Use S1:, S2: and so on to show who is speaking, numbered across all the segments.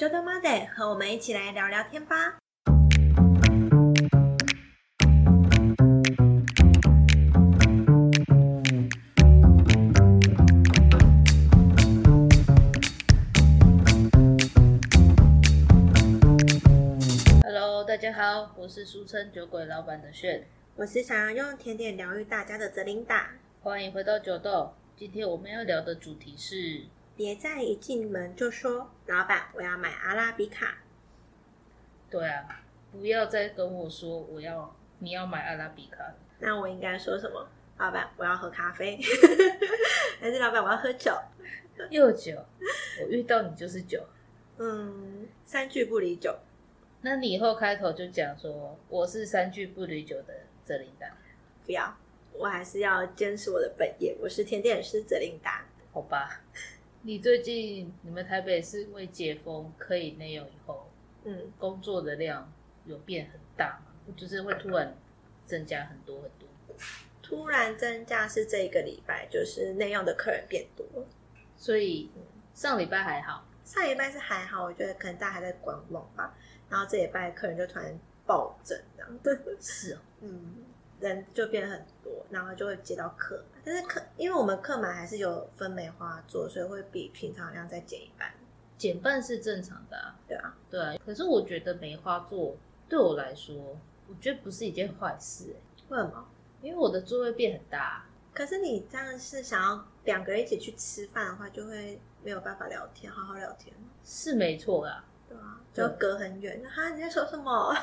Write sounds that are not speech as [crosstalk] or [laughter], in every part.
S1: j o d o Monday，和我们一起来聊聊天吧。
S2: Hello，大家好，我是俗称酒鬼老板的炫，
S1: 我是想要用甜点疗愈大家的泽琳达。
S2: 欢迎回到酒豆。今天我们要聊的主题是，
S1: 别再一进门就说“老板，我要买阿拉比卡
S2: 对啊，不要再跟我说我要你要买阿拉比卡，”，
S1: 那我应该说什么？老板，我要喝咖啡， [laughs] 还是老板我要喝酒？
S2: 又酒，我遇到你就是酒。
S1: 嗯，三句不离酒。
S2: 那你以后开头就讲说我是三句不离酒的泽琳达，
S1: 不要，我还是要坚持我的本业。我是甜点师泽琳达。
S2: 好吧？你最近你们台北市为解封可以内用以后，
S1: 嗯，
S2: 工作的量有变很大吗？就是会突然增加很多很多，
S1: 突然增加是这个礼拜，就是内用的客人变多。
S2: 所以上礼拜还好。
S1: 上礼拜是还好，我觉得可能大家还在观望吧。然后这礼拜客人就突然暴增，这样 [laughs] 对，
S2: 是哦，
S1: 嗯，人就变很多，然后就会接到客满。但是客，因为我们客满还是有分梅花做，所以会比平常量再减一半。
S2: 减半是正常的、啊，
S1: 对啊，
S2: 对啊。可是我觉得梅花座对我来说，我觉得不是一件坏事、欸
S1: 为什么？
S2: 因为我的座位变很大，啊
S1: 可是你这样是想要两个人一起去吃饭的话，就会没有办法聊天，好好聊天，
S2: 是没错啦，
S1: 对啊，就隔很远。哈，你在说什么？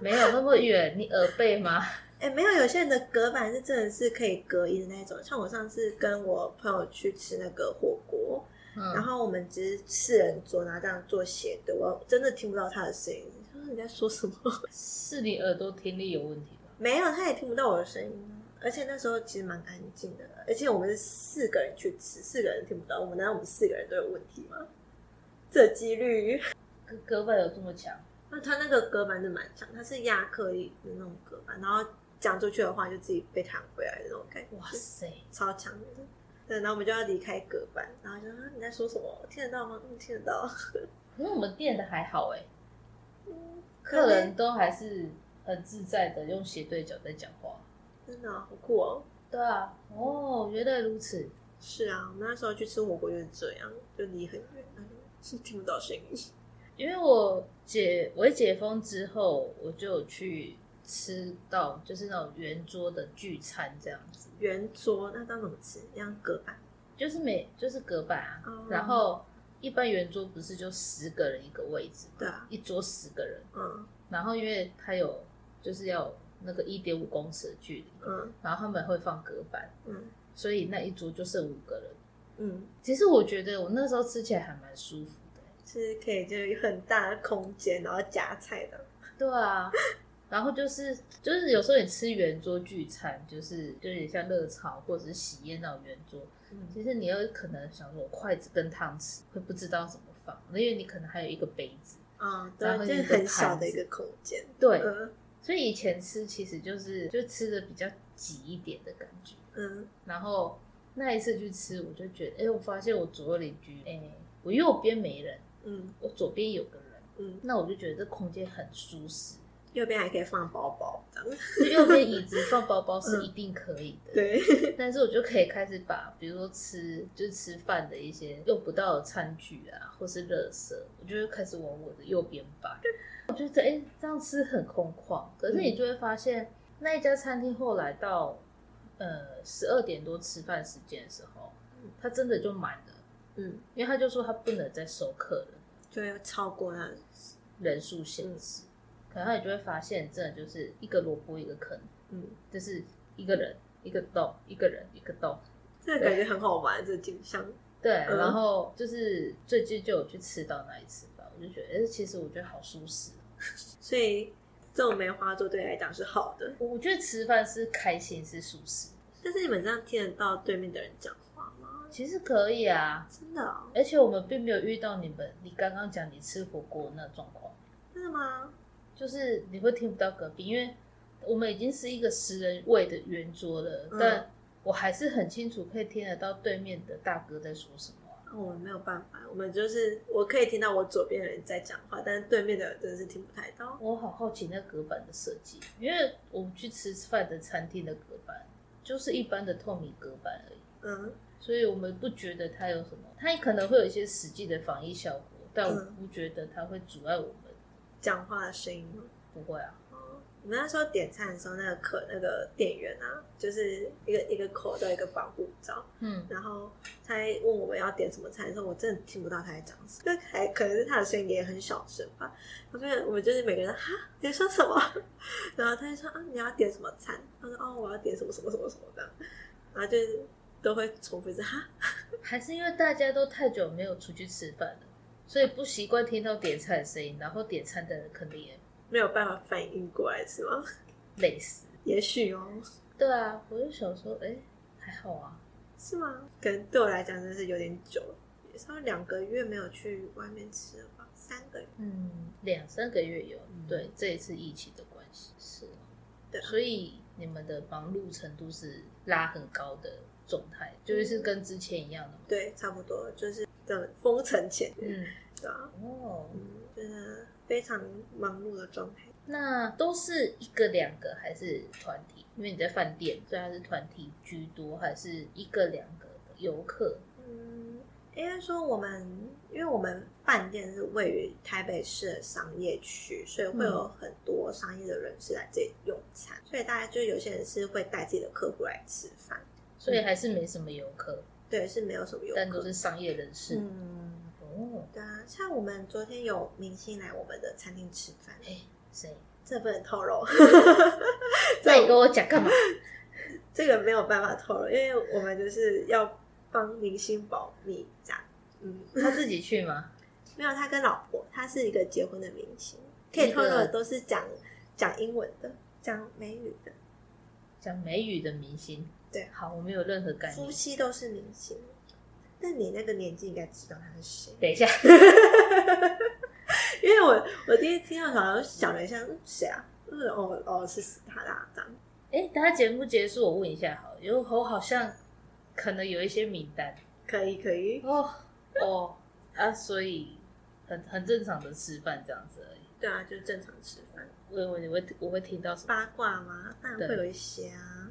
S2: 没有那么远，你耳背吗？
S1: 哎、没有，有些人的隔板是真的是可以隔音的那种。像我上次跟我朋友去吃那个火锅，然
S2: 嗯，
S1: 后我们只是四人桌，然后这样做斜的，我真的听不到他的声音。他说你在说什么？
S2: 是你耳朵听力有问题吧？
S1: [laughs] 没有，他也听不到我的声音啊。而且那时候其实蛮安静的，而且我们是四个人去吃，四个人听不到，我们难道我们四个人都有问题吗？这几率，
S2: 隔隔板有这么强？
S1: 那他那个隔板是蛮强，他是亚克力的那种隔板，然后讲出去的话就自己被弹回来的那种感觉。
S2: 哇塞，
S1: 超强的。对，然后我们就要离开隔板，然后就说啊你在说什么？听得到吗？嗯，听得到。
S2: 可是我们店的还好哎、
S1: 可
S2: 客人
S1: 能
S2: 都还是很自在的用斜对角在讲话。
S1: 真的啊好酷哦。
S2: 对啊，哦，原来如此。
S1: 是啊，我们那时候去吃火锅就是这样，就离很远，然后就是听不到声音。
S2: 因为我解我解封之后，我就有去吃到就是那种圆桌的聚餐这样子，
S1: 圆桌那当怎么吃？这样隔板
S2: 就是每就是隔板啊，
S1: 哦
S2: 然后一般圆桌不是就十个人一个位置嘛，
S1: 对啊，
S2: 一桌十个人，
S1: 嗯
S2: 然后因为它有就是要有那个一点五公尺的距离，
S1: 嗯
S2: 然后他们会放隔板，
S1: 嗯
S2: 所以那一桌就剩五个人。
S1: 嗯，
S2: 其实我觉得我那时候吃起来还蛮舒服的、
S1: 是可以就有很大的空间，然后夹菜的。
S2: 对啊，然后就是就是有时候你吃圆桌聚餐，就是就有点像热炒或者是喜宴那种圆桌，
S1: 嗯
S2: 其实你有可能想说筷子跟汤匙会不知道怎么放，因为你可能还有一个杯子。
S1: 啊，
S2: 然后
S1: 对，
S2: 有
S1: 就
S2: 一个
S1: 很小
S2: 盘
S1: 的一
S2: 子
S1: 个空间。
S2: 对，
S1: 嗯
S2: 所以以前吃其实就是就吃的比较挤一点的感觉。
S1: 嗯
S2: 然后那一次去吃，我就觉得，哎、我发现我左右邻居，哎、我右边没人，
S1: 嗯
S2: 我左边有个人，
S1: 嗯，
S2: 那我就觉得这空间很舒适。
S1: 右边还可以放包包，这样。
S2: 就右边椅子放包包是一定可以
S1: [laughs]
S2: 的，
S1: 对，
S2: 但是我就可以开始把，比如说吃就是吃饭的一些用不到的餐具啊，或是垃圾，我就会开始往我的右边摆。我觉得哎、诶这样吃很空旷，可是你就会发现、那一家餐厅后来到呃十二点多吃饭时间的时候
S1: 嗯，
S2: 它真的就满了，
S1: 嗯。
S2: 因为他就说他不能再收客了，
S1: 就会超过那
S2: 人数限制。可能你就会发现，真的就是一个萝卜一个坑，
S1: 嗯，
S2: 就是一个人一个洞，一个人一个洞。
S1: 这个感觉很好玩，这景象。
S2: 对，
S1: 嗯
S2: 然后就是最近就有去吃到那一次吧，我就觉得，哎、其实我觉得好舒适哦。
S1: 所以这种梅花座对你来讲是好的，
S2: 我我觉得吃饭是开心，是舒适，
S1: 但是你们这样听得到对面的人讲话吗？
S2: 其实可以啊。
S1: 真的、哦？
S2: 而且我们并没有遇到你们，你刚刚讲你吃火锅那状况，
S1: 真的哦吗？
S2: 就是你会听不到隔壁，因为我们已经是一个十人位的圆桌了，
S1: 嗯
S2: 但我还是很清楚可以听得到对面的大哥在说什么啊、
S1: 哦、后我们没有办法，我们就是我可以听到我左边的人在讲话，但是对面的人真的是听不太到。
S2: 我好好奇那隔板的设计，因为我们去吃饭的餐厅的隔板就是一般的透明隔板而已，
S1: 嗯，
S2: 所以我们不觉得它有什么，它可能会有一些实际的防疫效果，但我
S1: 嗯
S2: 不觉得它会阻碍我们，
S1: 讲话的声音吗？
S2: 不会啊。
S1: 我们那时候点餐的时候，那个客那个店员啊，就是一个一个口罩一个保护罩，
S2: 嗯，
S1: 然后他问我们要点什么菜的时候，我真的听不到他在讲什么，那还可能是他的声音也很小声吧。我觉得我们就是每个人哈，你在说什么？ [laughs] 然后他就说啊，你要点什么餐？他说哦，我要点什么什么什么什么这样，然后就是都会重复一次哈，
S2: 还是因为大家都太久没有出去吃饭了，所以不习惯听到点菜的声音，然后点餐的人可能也
S1: 没有办法反应过来是吗？ [laughs]
S2: 累死。
S1: 也许哦，
S2: 对啊，我就想说，哎、还好啊。
S1: 是吗？可能对我来讲真的是有点久了，也差不多两个月没有去外面吃了吧，三个月。
S2: 嗯，两三个月有，
S1: 嗯
S2: 对，这一次疫情的关系是哦，
S1: 对啊
S2: 所以你们的忙碌程度是拉很高的状态，
S1: 嗯
S2: 就是跟之前一样的嘛。
S1: 对，差不多就是等封城前，
S2: 嗯，
S1: 对啊，
S2: 哦，
S1: 嗯，就是非常忙碌的状态。
S2: 那都是一个两个还是团体？因为你在饭店，所以它是团体居多，还是一个两个的游客？
S1: 嗯，应该说我们，因为我们饭店是位于台北市的商业区，所以
S2: 嗯
S1: 会有很多商业的人士来这里用餐，所以大家就有些人是会带自己的客户来吃饭，
S2: 所以还是没什么游客，
S1: 对，是没有什么游
S2: 但
S1: 客
S2: 都是商业人士。
S1: 嗯，
S2: 哦，
S1: 对啊，像我们昨天有明星来我们的餐厅吃饭，
S2: 哎，谁？
S1: 这不能透露， [laughs]
S2: 那你跟我讲干嘛？
S1: 这个没有办法透露，因为我们就是要帮明星保密这样。嗯，
S2: 他自己去吗？
S1: 没有，他跟老婆，他是一个结婚的明星，可以透露的都是讲讲英文的，讲美语的，
S2: 讲美语的明星。
S1: 对
S2: 好，我没有任何概
S1: 夫
S2: 念。
S1: 妻都是明星。但你那个年纪应该知道他是谁，
S2: 等一下，
S1: 因为我我第一次听到好像想了一下，嗯谁啊？嗯，哦哦，是他啦，这样。
S2: 哎、等下节目结束，我问一下好了，因为我好像可能有一些名单
S1: 可以可以，
S2: 哦哦啊，所以很很正常的吃饭这样子而已。
S1: 对啊，就是正常吃饭。
S2: 我我我会我会听到什么？
S1: 八卦吗？当然会有一些啊，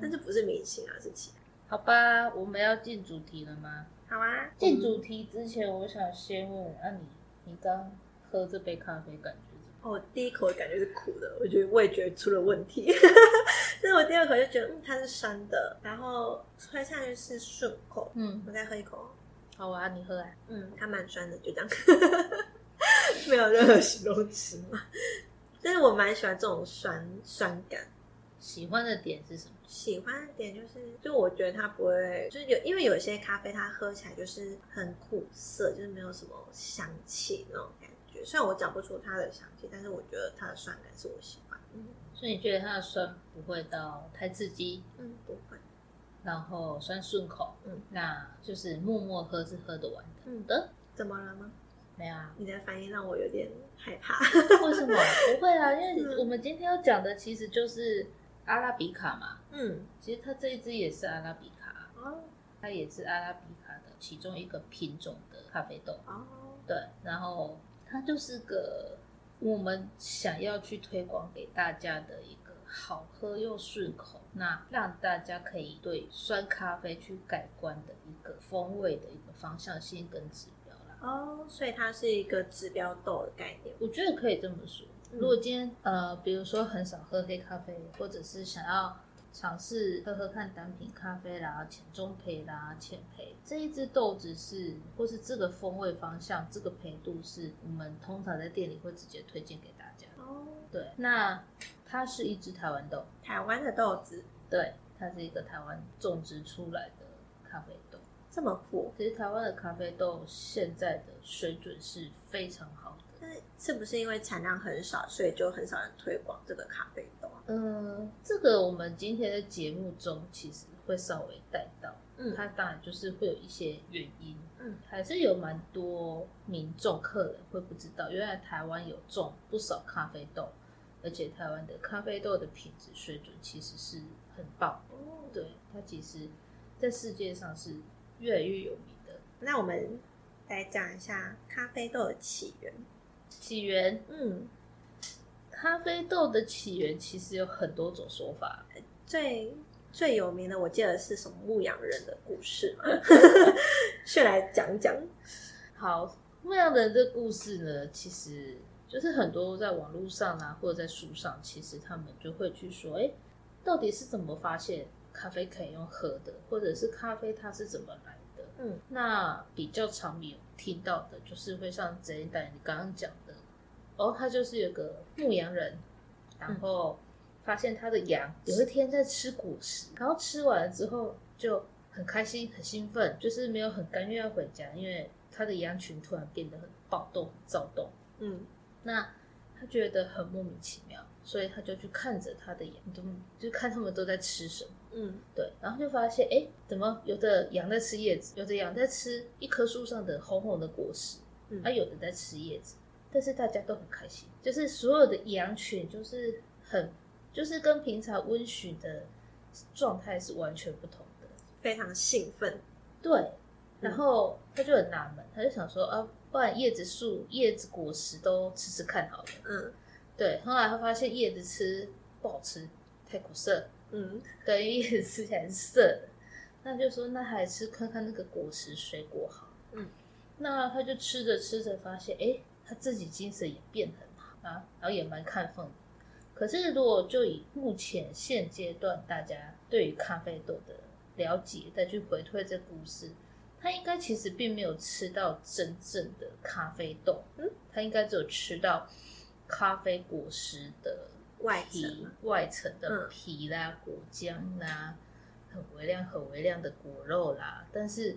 S1: 但
S2: 哦
S1: 是不是明星啊，是其他。
S2: 好吧，我们要进主题了吗？
S1: 好啊，
S2: 进主题之前，我想先问，啊你你刚喝这杯咖啡感觉怎么样？
S1: 我哦第一口感觉是苦的，我觉得味觉出了问题。 [laughs] 但是我第二口就觉得，嗯，它是酸的，然后喝下去是顺口。
S2: 嗯，
S1: 我再喝一口，
S2: 好啊，你喝啊。
S1: 嗯，它蛮酸的，就这样， [laughs] 没有任何形容词嘛。但是我蛮喜欢这种酸酸感，
S2: 喜欢的点是什么？
S1: 喜欢的点就是，就我觉得它不会，就是有，因为有些咖啡它喝起来就是很苦涩，就是没有什么香气那种感觉。虽然我讲不出它的香气，但是我觉得它的酸感是我喜欢。嗯
S2: 所以你觉得它的酸不会到太刺激，
S1: 嗯，不会。
S2: 然后酸顺口，
S1: 嗯，
S2: 那就是默默喝是喝得完的。
S1: 嗯
S2: 的，
S1: 怎么了吗？？
S2: 没有啊
S1: 你的反应让我有点害 [laughs] 怕。
S2: 为什么不会啊？因为
S1: 嗯
S2: 我们今天要讲的其实就是阿拉比卡嘛，
S1: 嗯，
S2: 其实它这一支也是阿拉比卡，
S1: 哦
S2: 它也是阿拉比卡的其中一个品种的咖啡豆。
S1: 哦，
S2: 对，然后它就是个我们想要去推广给大家的一个好喝又顺口，那让大家可以对酸咖啡去改观的一个风味的一个方向性跟指标啦。
S1: 哦，所以它是一个指标豆的概念。
S2: 我觉得可以这么说。
S1: 嗯
S2: 如果今天呃，比如说很少喝黑咖啡，或者是想要尝试喝喝看单品咖啡啦、浅中培啦、浅培这一支豆子是，或是这个风味方向、这个培度是我们通常在店里会直接推荐给大家的。
S1: 哦，
S2: 对，那它是一支台湾豆，
S1: 台湾的豆子
S2: 对，它是一个台湾种植出来的咖啡豆。
S1: 这么苦，
S2: 其实台湾的咖啡豆现在的水准是非常好的。
S1: 那是不是因为产量很少，所以就很少人推广这个咖啡豆啊？
S2: 嗯，这个我们今天的节目中其实会稍微带到，
S1: 嗯
S2: 它当然就是会有一些原因，
S1: 嗯，
S2: 还是有蛮多民众客人会不知道，原来台湾有种不少咖啡豆，而且台湾的咖啡豆的品质水准其实是很棒，
S1: 哦，
S2: 对，它其实在世界上是越来越有名的
S1: 那我们来讲一下咖啡豆的起源。
S2: 起源。
S1: 嗯，
S2: 咖啡豆的起源其实有很多种说法，
S1: 最最有名的我记得是什么牧羊人的故事 [laughs] 嘛，是来讲讲。
S2: 好，牧羊人的故事呢，其实就是很多在网络上啊，或者在书上，其实他们就会去说，哎、到底是怎么发现咖啡可以用喝的，或者是咖啡它是怎么来的？
S1: 嗯，
S2: 那比较常有听到的，就是会像这一代你刚刚讲的，哦，他就是有个牧羊人，然后发现他的羊有一天在吃果实，然后吃完了之后就很开心、很兴奋，就是没有很甘愿要回家，因为他的羊群突然变得很暴动、很躁动。
S1: 嗯，
S2: 那他觉得很莫名其妙，所以他就去看着他的羊，都就看他们都在吃什么。
S1: 嗯
S2: 对，然后就发现，哎，怎么有的羊在吃叶子，有的羊在吃一棵树上的红红的果实，
S1: 嗯
S2: 啊，有的在吃叶子，但是大家都很开心，就是所有的羊群就是很，就是跟平常温驯的状态是完全不同的。
S1: 非常兴奋。
S2: 对，然后他就很纳闷，他就想说，啊，不然叶子树、叶子果实都吃吃看好了。
S1: 嗯
S2: 对，后来他发现叶子吃不好吃，太苦涩，
S1: 嗯
S2: 对，因为叶子吃起来是涩的，那就说那还吃看看那个果实水果好。
S1: 嗯，
S2: 那他就吃着吃着发现，哎，他自己精神也变很好啊，然后也蛮看风的。可是如果就以目前现阶段大家对于咖啡豆的了解，再去回推这故事。他应该其实并没有吃到真正的咖啡豆，
S1: 嗯，
S2: 他应该只有吃到咖啡果实的
S1: 外层
S2: 皮
S1: 嘛
S2: 外层的
S1: 嗯
S2: 皮啦、果浆啦，很微量、很微量的果肉啦。但是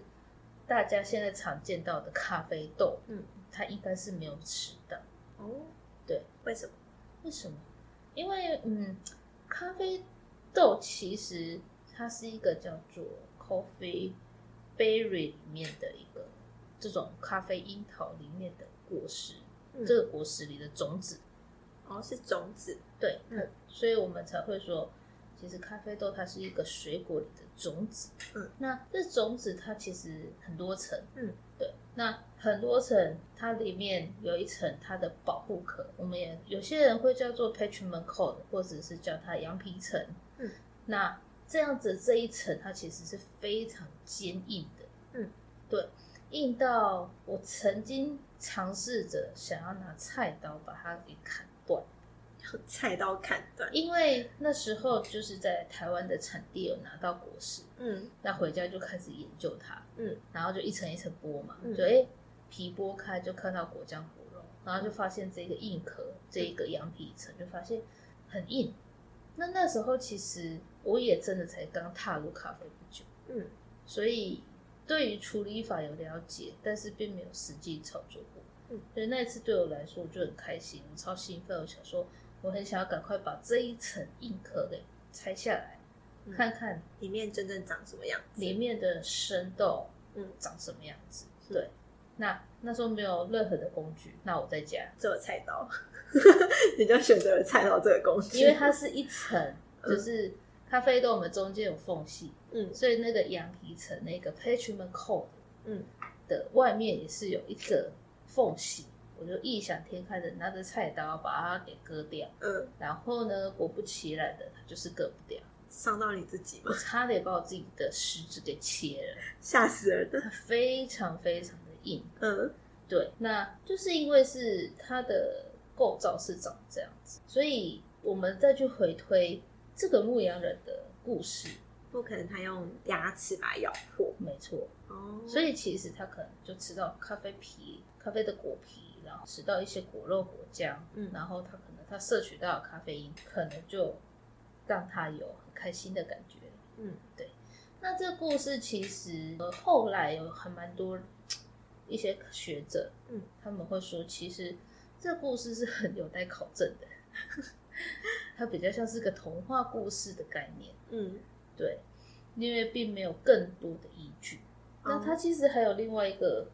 S2: 大家现在常见到的咖啡豆，
S1: 嗯，
S2: 它应该是没有吃到。
S1: 哦，
S2: 对，
S1: 为什么？
S2: 为什么？因为嗯，咖啡豆其实它是一个叫做 coffee berry 里面的一个这种咖啡樱桃里面的果实，
S1: 嗯
S2: 这个果实里的种子。
S1: 哦，是种子。 [laughs]
S2: 对，
S1: 嗯
S2: 所以我们才会说，其实咖啡豆它是一个水果里的种子。
S1: 嗯，
S2: 那这种子它其实很多层。
S1: 嗯，
S2: 对，那很多层，它里面有一层它的保护壳，我们也有些人会叫做 patrimon coat，或者是叫它羊皮层。
S1: 嗯，
S2: 那这样子这一层它其实是非常坚硬的。
S1: 嗯，
S2: 对。硬到我曾经尝试着想要拿菜刀把它给砍断，
S1: 菜刀砍断。
S2: 因为那时候就是在台湾的产地有拿到果实，
S1: 嗯
S2: 那回家就开始研究它，
S1: 嗯，
S2: 然后就一层一层剥嘛，
S1: 嗯
S2: 就诶皮剥开就看到果浆果肉，然后就发现这个硬壳，这个羊皮层就发现很硬。那那时候其实我也真的才刚踏入咖啡不久，
S1: 嗯
S2: 所以对于处理法有了解，但是并没有实际操作过。
S1: 嗯，
S2: 所以那一次对我来说，我就很开心，我超兴奋，我想说，我很想要赶快把这一层硬壳给拆下来，
S1: 嗯
S2: 看看
S1: 里面真正长什么样子？
S2: 里面的生豆，
S1: 嗯，
S2: 长什么样子。
S1: 是
S2: 对，那那时候没有任何的工具，那我在家，
S1: 只有菜刀， [laughs] 你就选择了菜刀这个工具，
S2: 因为它是一层，
S1: 嗯
S2: 就是咖啡豆我们中间有缝隙，
S1: 嗯
S2: 所以那个羊皮层那个 parchment coat
S1: 嗯
S2: 的外面也是有一个缝隙，我就异想天开的拿着菜刀把它给割掉。
S1: 嗯，
S2: 然后呢，果不其然的，它就是割不掉，
S1: 伤到你自己
S2: 我
S1: 吗？
S2: 差点把我自己的食指给切了，
S1: 吓死人的。
S2: 它非常非常的硬。
S1: 嗯
S2: 对，那就是因为是它的构造是长这样子，所以我们再去回推这个牧羊人的故事，
S1: 不可能，他用牙齿把它咬破
S2: 没错，
S1: 哦，
S2: 所以其实他可能就吃到咖啡皮、咖啡的果皮，然后吃到一些果肉、果浆，
S1: 嗯
S2: 然后他可能他摄取到的咖啡因，可能就让他有很开心的感觉。
S1: 嗯
S2: 那这个故事其实呃后来有还蛮多一些学者，
S1: 嗯，
S2: 他们会说，其实这故事是很有待考证的， [laughs] 它比较像是个童话故事的概念，
S1: 嗯
S2: 对，因为并没有更多的依据。那它其实还有另外一个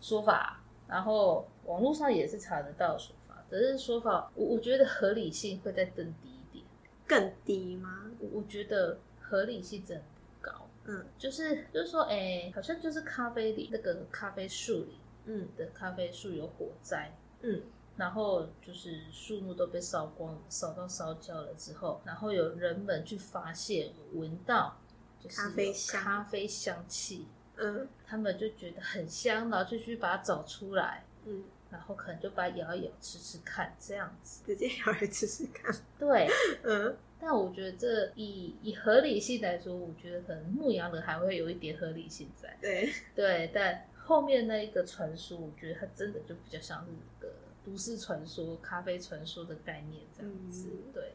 S2: 说法，然后网络上也是查得到的说法，只是说法我我觉得合理性会再更低一点，
S1: 更低吗？
S2: 我我觉得合理性真的不高。
S1: 嗯
S2: 就是就是说，哎、好像就是咖啡里那个咖啡树里
S1: 嗯
S2: 的咖啡树有火灾，
S1: 嗯
S2: 然后就是树木都被烧光，烧到烧焦了之后，然后有人们去发现，闻到就是
S1: 咖啡香
S2: 咖啡香气，
S1: 嗯
S2: 他们就觉得很香，然后就去把它找出来，
S1: 嗯，
S2: 然后可能就把它咬一咬吃吃看这样子。
S1: 直接咬来吃吃看。
S2: 对，
S1: 嗯
S2: 但我觉得这以以合理性来说，我觉得可能牧羊人还会有一点合理性在。
S1: 对，
S2: 对，但后面那一个传说，我觉得它真的就比较像是一个都市传说、咖啡传说的概念这样子。
S1: 嗯
S2: 对，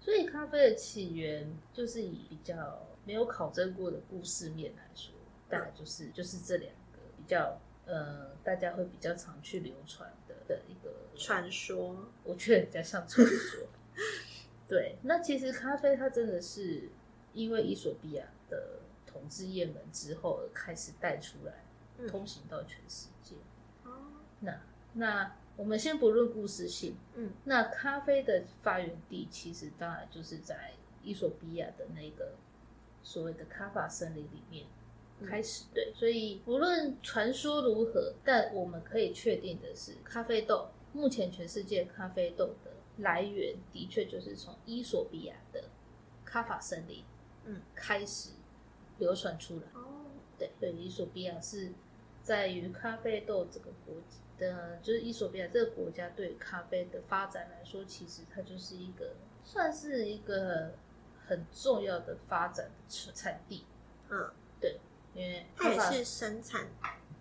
S2: 所以咖啡的起源就是以比较没有考证过的故事面来说，大概就是就是这两个比较呃，大家会比较常去流传的的一个
S1: 传说
S2: 我觉得比较像传说。对，那其实咖啡它真的是因为伊索比亚的统治也门之后而开始带出来，
S1: 嗯
S2: 通行到全世界。
S1: 哦，
S2: 那那我们先不论故事性，
S1: 嗯
S2: 那咖啡的发源地其实当然就是在伊索比亚的那个所谓的卡法森林里面开始。对，所以无论传说如何，但我们可以确定的是，咖啡豆目前全世界咖啡豆的来源的确就是从伊索比亚的卡法森林
S1: 嗯
S2: 开始流传出来。
S1: 哦
S2: 对，对，伊索比亚是在于咖啡豆这个国的，就是伊索比亚这个国家对咖啡的发展来说，其实它就是一个算是一个很重要的发展产产地，
S1: 嗯，
S2: 因为
S1: 它也
S2: 法
S1: 是生产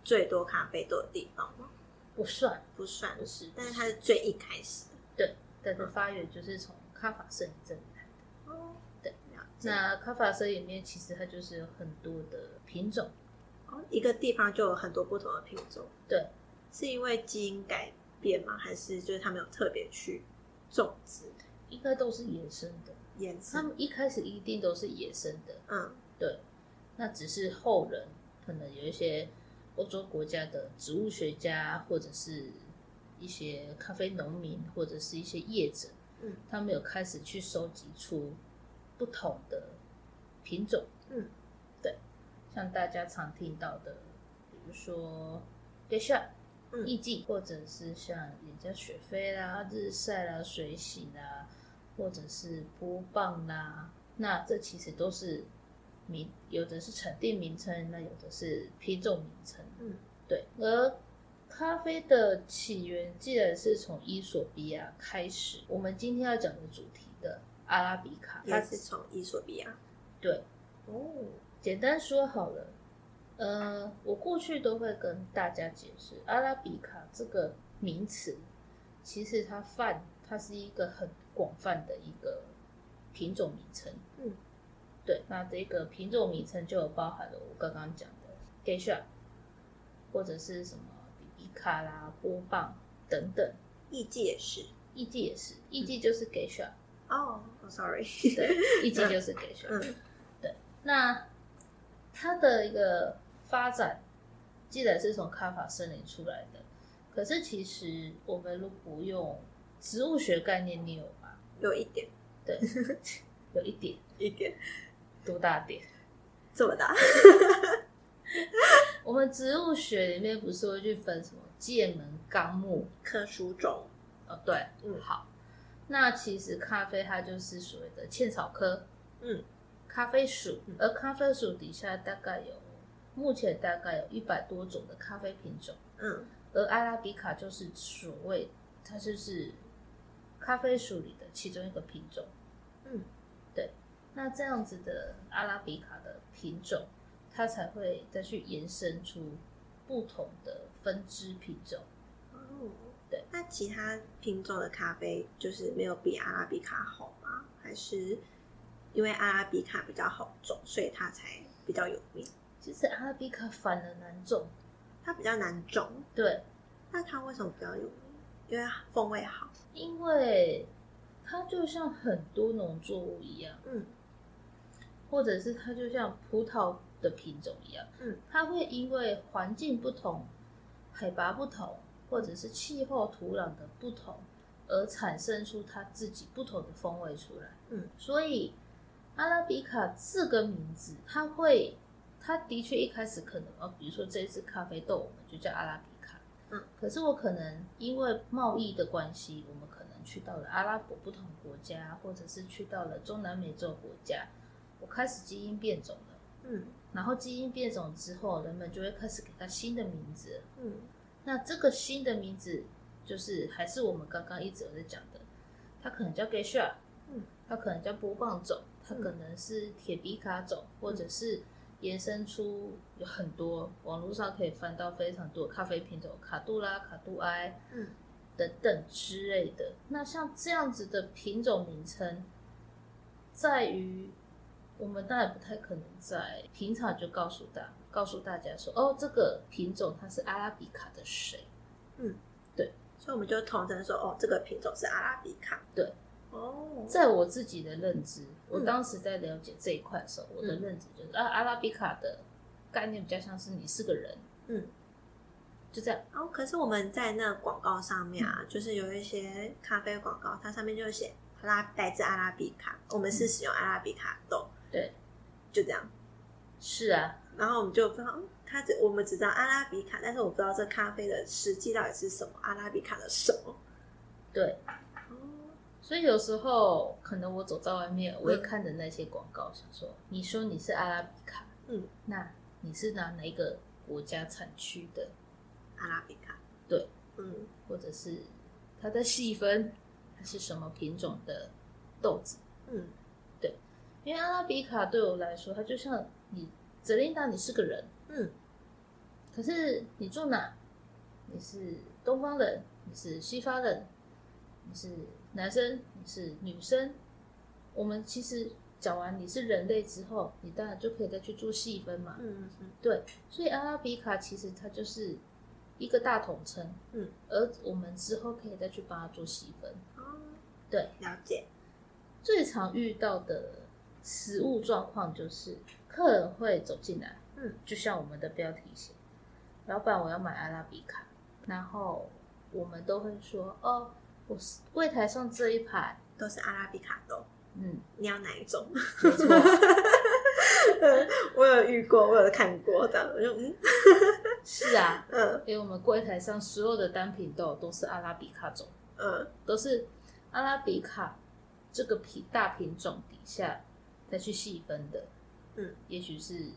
S1: 最多咖啡豆的地方吗？
S2: 不算
S1: 不算
S2: 不，是，
S1: 但是它是最一开始的。
S2: 但是发源就是从卡法森林这里来的。
S1: 哦，
S2: 对，
S1: 了解。
S2: 那卡法森林里面其实它就是有很多的品种，
S1: 哦，一个地方就有很多不同的品种，
S2: 对，
S1: 是因为基因改变吗？还是就是他们有特别去种植
S2: 应该都是野生的。
S1: 延
S2: 他
S1: 伸？
S2: 们一开始一定都是野生的，
S1: 嗯
S2: 对，那只是后人可能有一些欧洲国家的植物学家，或者是一些咖啡农民，或者是一些业者，
S1: 嗯，
S2: 他们有开始去收集出不同的品种，
S1: 嗯，
S2: 对，像大家常听到的，比如说 d e s h a
S1: 嗯
S2: 艺妓，或者是像人家雪菲啦、日晒啦、水洗啦，或者是波棒啦，那这其实都是名，有的是产地名称，那有的是品种名称。
S1: 嗯
S2: 对，而咖啡的起源既然是从伊索比亚开始，我们今天要讲的主题的阿拉比卡，它
S1: 也是从伊索比亚。
S2: 对，
S1: 哦，
S2: 简单说好了。呃，我过去都会跟大家解释，阿拉比卡这个名词，其实它泛它是一个很广泛的一个品种名称。
S1: 嗯，
S2: 对，那这个品种名称就有包含了我刚刚讲的 g e s h a 或者是什么比比卡啦、波棒等等，
S1: 艺妓也是。
S2: 艺妓也是，艺妓就是 g e s h a
S1: 哦、我 s o r r y
S2: [laughs] 对，艺妓就是 g e s h a
S1: 嗯
S2: 那它的一个发展，既然是从卡法森林出来的，可是其实我们如果用植物学概念，你有吗？
S1: 有一点，
S2: 对，有一点
S1: 一点
S2: 多大点？ [laughs]
S1: 这么大。 [laughs]
S2: 我们植物学里面不是会去分什么界门纲目？
S1: 科属种，
S2: 哦，对，
S1: 嗯
S2: 好。那其实咖啡它就是所谓的茜草科，
S1: 嗯，
S2: 咖啡属
S1: 嗯，
S2: 而咖啡属底下大概有目前大概有一百多种的咖啡品种。
S1: 嗯
S2: 而阿拉比卡就是所谓它就是咖啡属里的其中一个品种。
S1: 嗯
S2: 那这样子的阿拉比卡的品种，它才会再去延伸出不同的分支品种。
S1: 哦，
S2: 对。
S1: 那其他品种的咖啡就是没有比阿拉比卡好吗？还是因为阿拉比卡比较好种，所以它才比较有名？
S2: 其实阿拉比卡反而难种，
S1: 它比较难种，
S2: 对，
S1: 那它为什么比较有名？因为它风味好。
S2: 因为它就像很多农作物一样，
S1: 嗯
S2: 或者是它就像葡萄的品种一样，
S1: 嗯，
S2: 它会因为环境不同、海拔不同，或者是气候、土壤的不同，而产生出它自己不同的风味出来。
S1: 嗯，
S2: 所以阿拉比卡这个名字，它会，它的确一开始可能，呃，比如说这支咖啡豆，我们就叫阿拉比卡。
S1: 嗯，
S2: 可是我可能因为贸易的关系，我们可能去到了阿拉伯不同国家，或者是去到了中南美洲国家，我开始基因变种了。
S1: 嗯
S2: 然后基因变种之后，人们就会开始给它新的名字了。
S1: 嗯
S2: 那这个新的名字就是还是我们刚刚一直有在讲的，它可能叫 Geisha，
S1: 嗯，
S2: 它可能叫波棒种，它
S1: 嗯
S2: 可能是铁皮卡种，或者是延伸出有很多网络上可以翻到非常多的咖啡品种，卡杜拉、卡杜埃
S1: 嗯
S2: 等等之类的。那像这样子的品种名称，在于我们当然不太可能在平常就告诉大告诉大家说，哦，这个品种它是阿拉比卡的谁？
S1: 所以我们就统称说，哦，这个品种是阿拉比卡。
S2: 对，
S1: 哦，
S2: 在我自己的认知，我
S1: 嗯
S2: 当时在了解这一块的时候，我的认知就是、啊，阿拉比卡的概念比较像是你是个人，
S1: 嗯，
S2: 就这样，
S1: 哦，可是我们在那广告上面啊，就是有一些咖啡广告，它上面就写阿拉来自阿拉比卡，我们是使用阿拉比卡豆，
S2: 对，
S1: 就这样。
S2: 是啊，
S1: 然后我们就不知道，嗯它只我们只知道阿拉比卡，但是我不知道这咖啡的实际到底是什么，阿拉比卡的什么。
S2: 对，
S1: 哦，
S2: 所以有时候可能我走在外面，我会
S1: 嗯
S2: 看着那些广告，想说，你说你是阿拉比卡，
S1: 嗯，
S2: 那你是拿哪一个国家产区的，
S1: 阿拉比卡，
S2: 对，
S1: 嗯
S2: 或者是它的细分，它是什么品种的豆子？
S1: 嗯
S2: 因为阿拉比卡对我来说，它就像你泽琳达，你是个人，
S1: 嗯
S2: 可是你住哪？你是东方人，你是西方人，你是男生，你是女生。我们其实讲完你是人类之后，你当然就可以再去做细分嘛。
S1: 嗯嗯
S2: 对，所以阿拉比卡其实它就是一个大统称，
S1: 嗯，
S2: 而我们之后可以再去帮它做细分。
S1: 嗯，哦，
S2: 对，
S1: 了解，
S2: 最常遇到的食物状况就是客人会走进来，
S1: 嗯，
S2: 就像我们的标题写，老板我要买阿拉比卡，然后我们都会说哦，我是柜台上这一排，
S1: 都是阿拉比卡豆，
S2: 嗯，
S1: 你要哪一种？
S2: 没
S1: [laughs]
S2: 错，
S1: 我有遇过，我有看过的，我就嗯
S2: 是啊，
S1: 嗯
S2: 因为我们柜台上所有的单品豆都是阿拉比卡种，
S1: 嗯
S2: 都是阿拉比卡这个品大品种底下再去细分的。
S1: 嗯，
S2: 也许是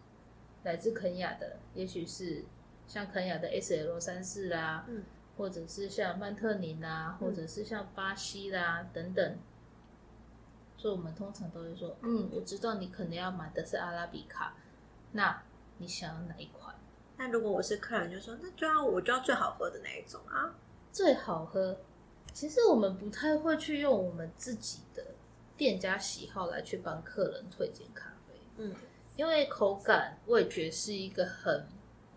S2: 来自肯亚的，也许是像肯亚的 SL 三四啦，
S1: 嗯
S2: 或者是像曼特宁啦，
S1: 嗯
S2: 或者是像巴西啦等等。所以我们通常都会说，嗯，我知道你可能要买的是阿拉比卡，那你想要哪一款？
S1: 那如果我是客人，就说那就要我就要最好喝的那一种啊。
S2: 最好喝。其实我们不太会去用我们自己的店家喜好来去帮客人推荐咖啡，
S1: 嗯
S2: 因为口感、味觉是一个很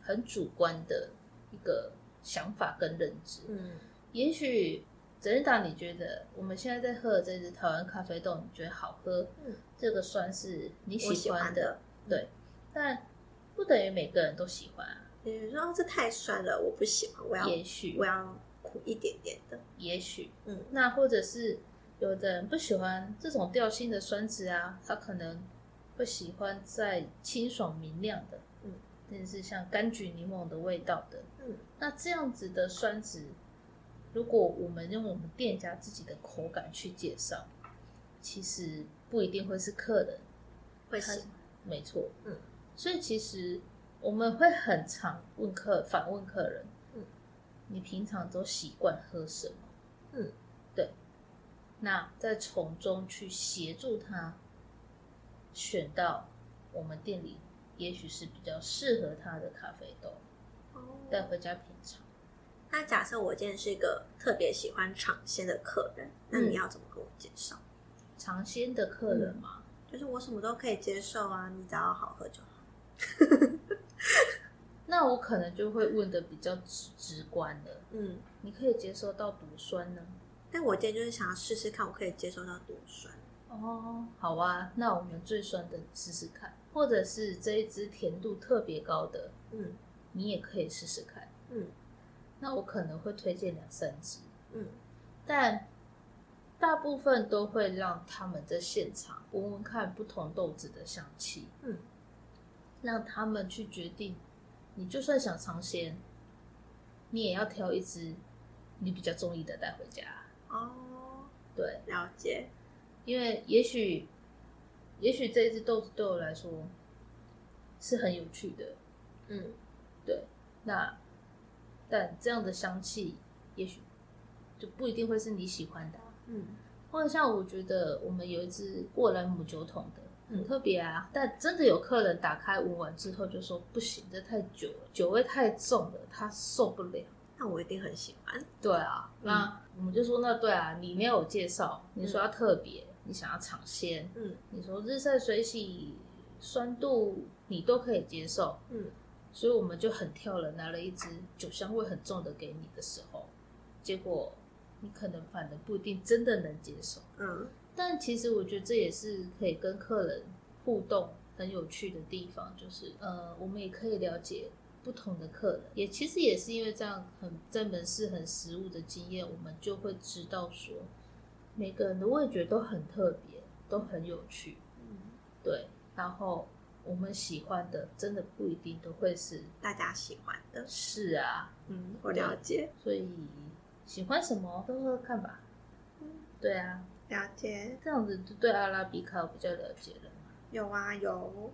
S2: 很主观的一个想法跟认知。
S1: 嗯
S2: 也许泽任达，你觉得我们现在在喝的这支台湾咖啡豆，你觉得好喝？
S1: 嗯，
S2: 这个酸是你
S1: 我喜
S2: 欢
S1: 欢的
S2: 对，但不等于每个人都喜欢啊。
S1: 有人说哦这太酸了，我不喜欢，我要
S2: 也许
S1: 我要苦一点点的。
S2: 也许，
S1: 嗯
S2: 那或者是有的人不喜欢这种调性的酸质啊，他可能会喜欢在清爽明亮的，
S1: 嗯，
S2: 但是像柑橘柠檬的味道的，
S1: 嗯
S2: 那这样子的酸质，如果我们用我们店家自己的口感去介绍，其实不一定会是客人
S1: 会
S2: 他
S1: 是
S2: 没错，
S1: 嗯，
S2: 所以其实我们会很常问客反问客人，
S1: 嗯，
S2: 你平常都习惯喝什么？
S1: 嗯，
S2: 对，那再从中去协助他选到我们店里也许是比较适合他的咖啡豆，带
S1: 哦。
S2: 回家品尝。
S1: 那假设我今天是一个特别喜欢尝鲜的客人，那
S2: 嗯
S1: 你要怎么跟我介绍？
S2: 尝鲜的客人嘛，
S1: 就是我什么都可以接受啊，你只要好喝就好。嗯
S2: 那我可能就会问的比较直直观了。
S1: 嗯，
S2: 你可以接受到多酸呢？
S1: 但我今天就是想要试试看，我可以接受到多酸。
S2: 哦，好啊，那我们最酸的试试看，或者是这一支甜度特别高的，
S1: 嗯
S2: 你也可以试试看。
S1: 嗯
S2: 那我可能会推荐两三支，
S1: 嗯
S2: 但大部分都会让他们在现场闻闻看不同豆子的香气，
S1: 嗯，
S2: 让他们去决定。你就算想尝鲜，你也要挑一支你比较中意的带回家。
S1: 哦，
S2: 对，
S1: 了解，
S2: 因为也许，也许这一只豆子对我来说是很有趣的，
S1: 嗯，
S2: 对，那但这样的香气也许就不一定会是你喜欢的啊、
S1: 嗯，
S2: 或者像我觉得我们有一只过来母酒桶的，很
S1: 嗯
S2: 特别啊。但真的有客人打开闻完之后就说不行，这太久了，酒味太重了，他受不了。
S1: 那我一定很喜欢，
S2: 对啊，嗯那我们就说那对啊，你没有介绍，你说要特别，你想要尝鲜，
S1: 嗯
S2: 你说日晒水洗、酸度你都可以接受，
S1: 嗯，
S2: 所以我们就很跳了，拿了一支酒香味很重的给你的时候，结果你可能反而不一定真的能接受。
S1: 嗯
S2: 但其实我觉得这也是可以跟客人互动很有趣的地方，就是呃，我们也可以了解不同的客人，也其实也是因为这样很在门市很实务的经验，我们就会知道说每个人的味觉都很特别，都很有趣，
S1: 嗯，
S2: 对，然后。我们喜欢的真的不一定都会是
S1: 大家喜欢的，
S2: 是啊，
S1: 嗯，我了解，
S2: 所以喜欢什么都喝喝看吧。
S1: 嗯，
S2: 对啊，
S1: 了解，
S2: 这样子就对阿拉比卡比较了解了嘛。
S1: 有啊有，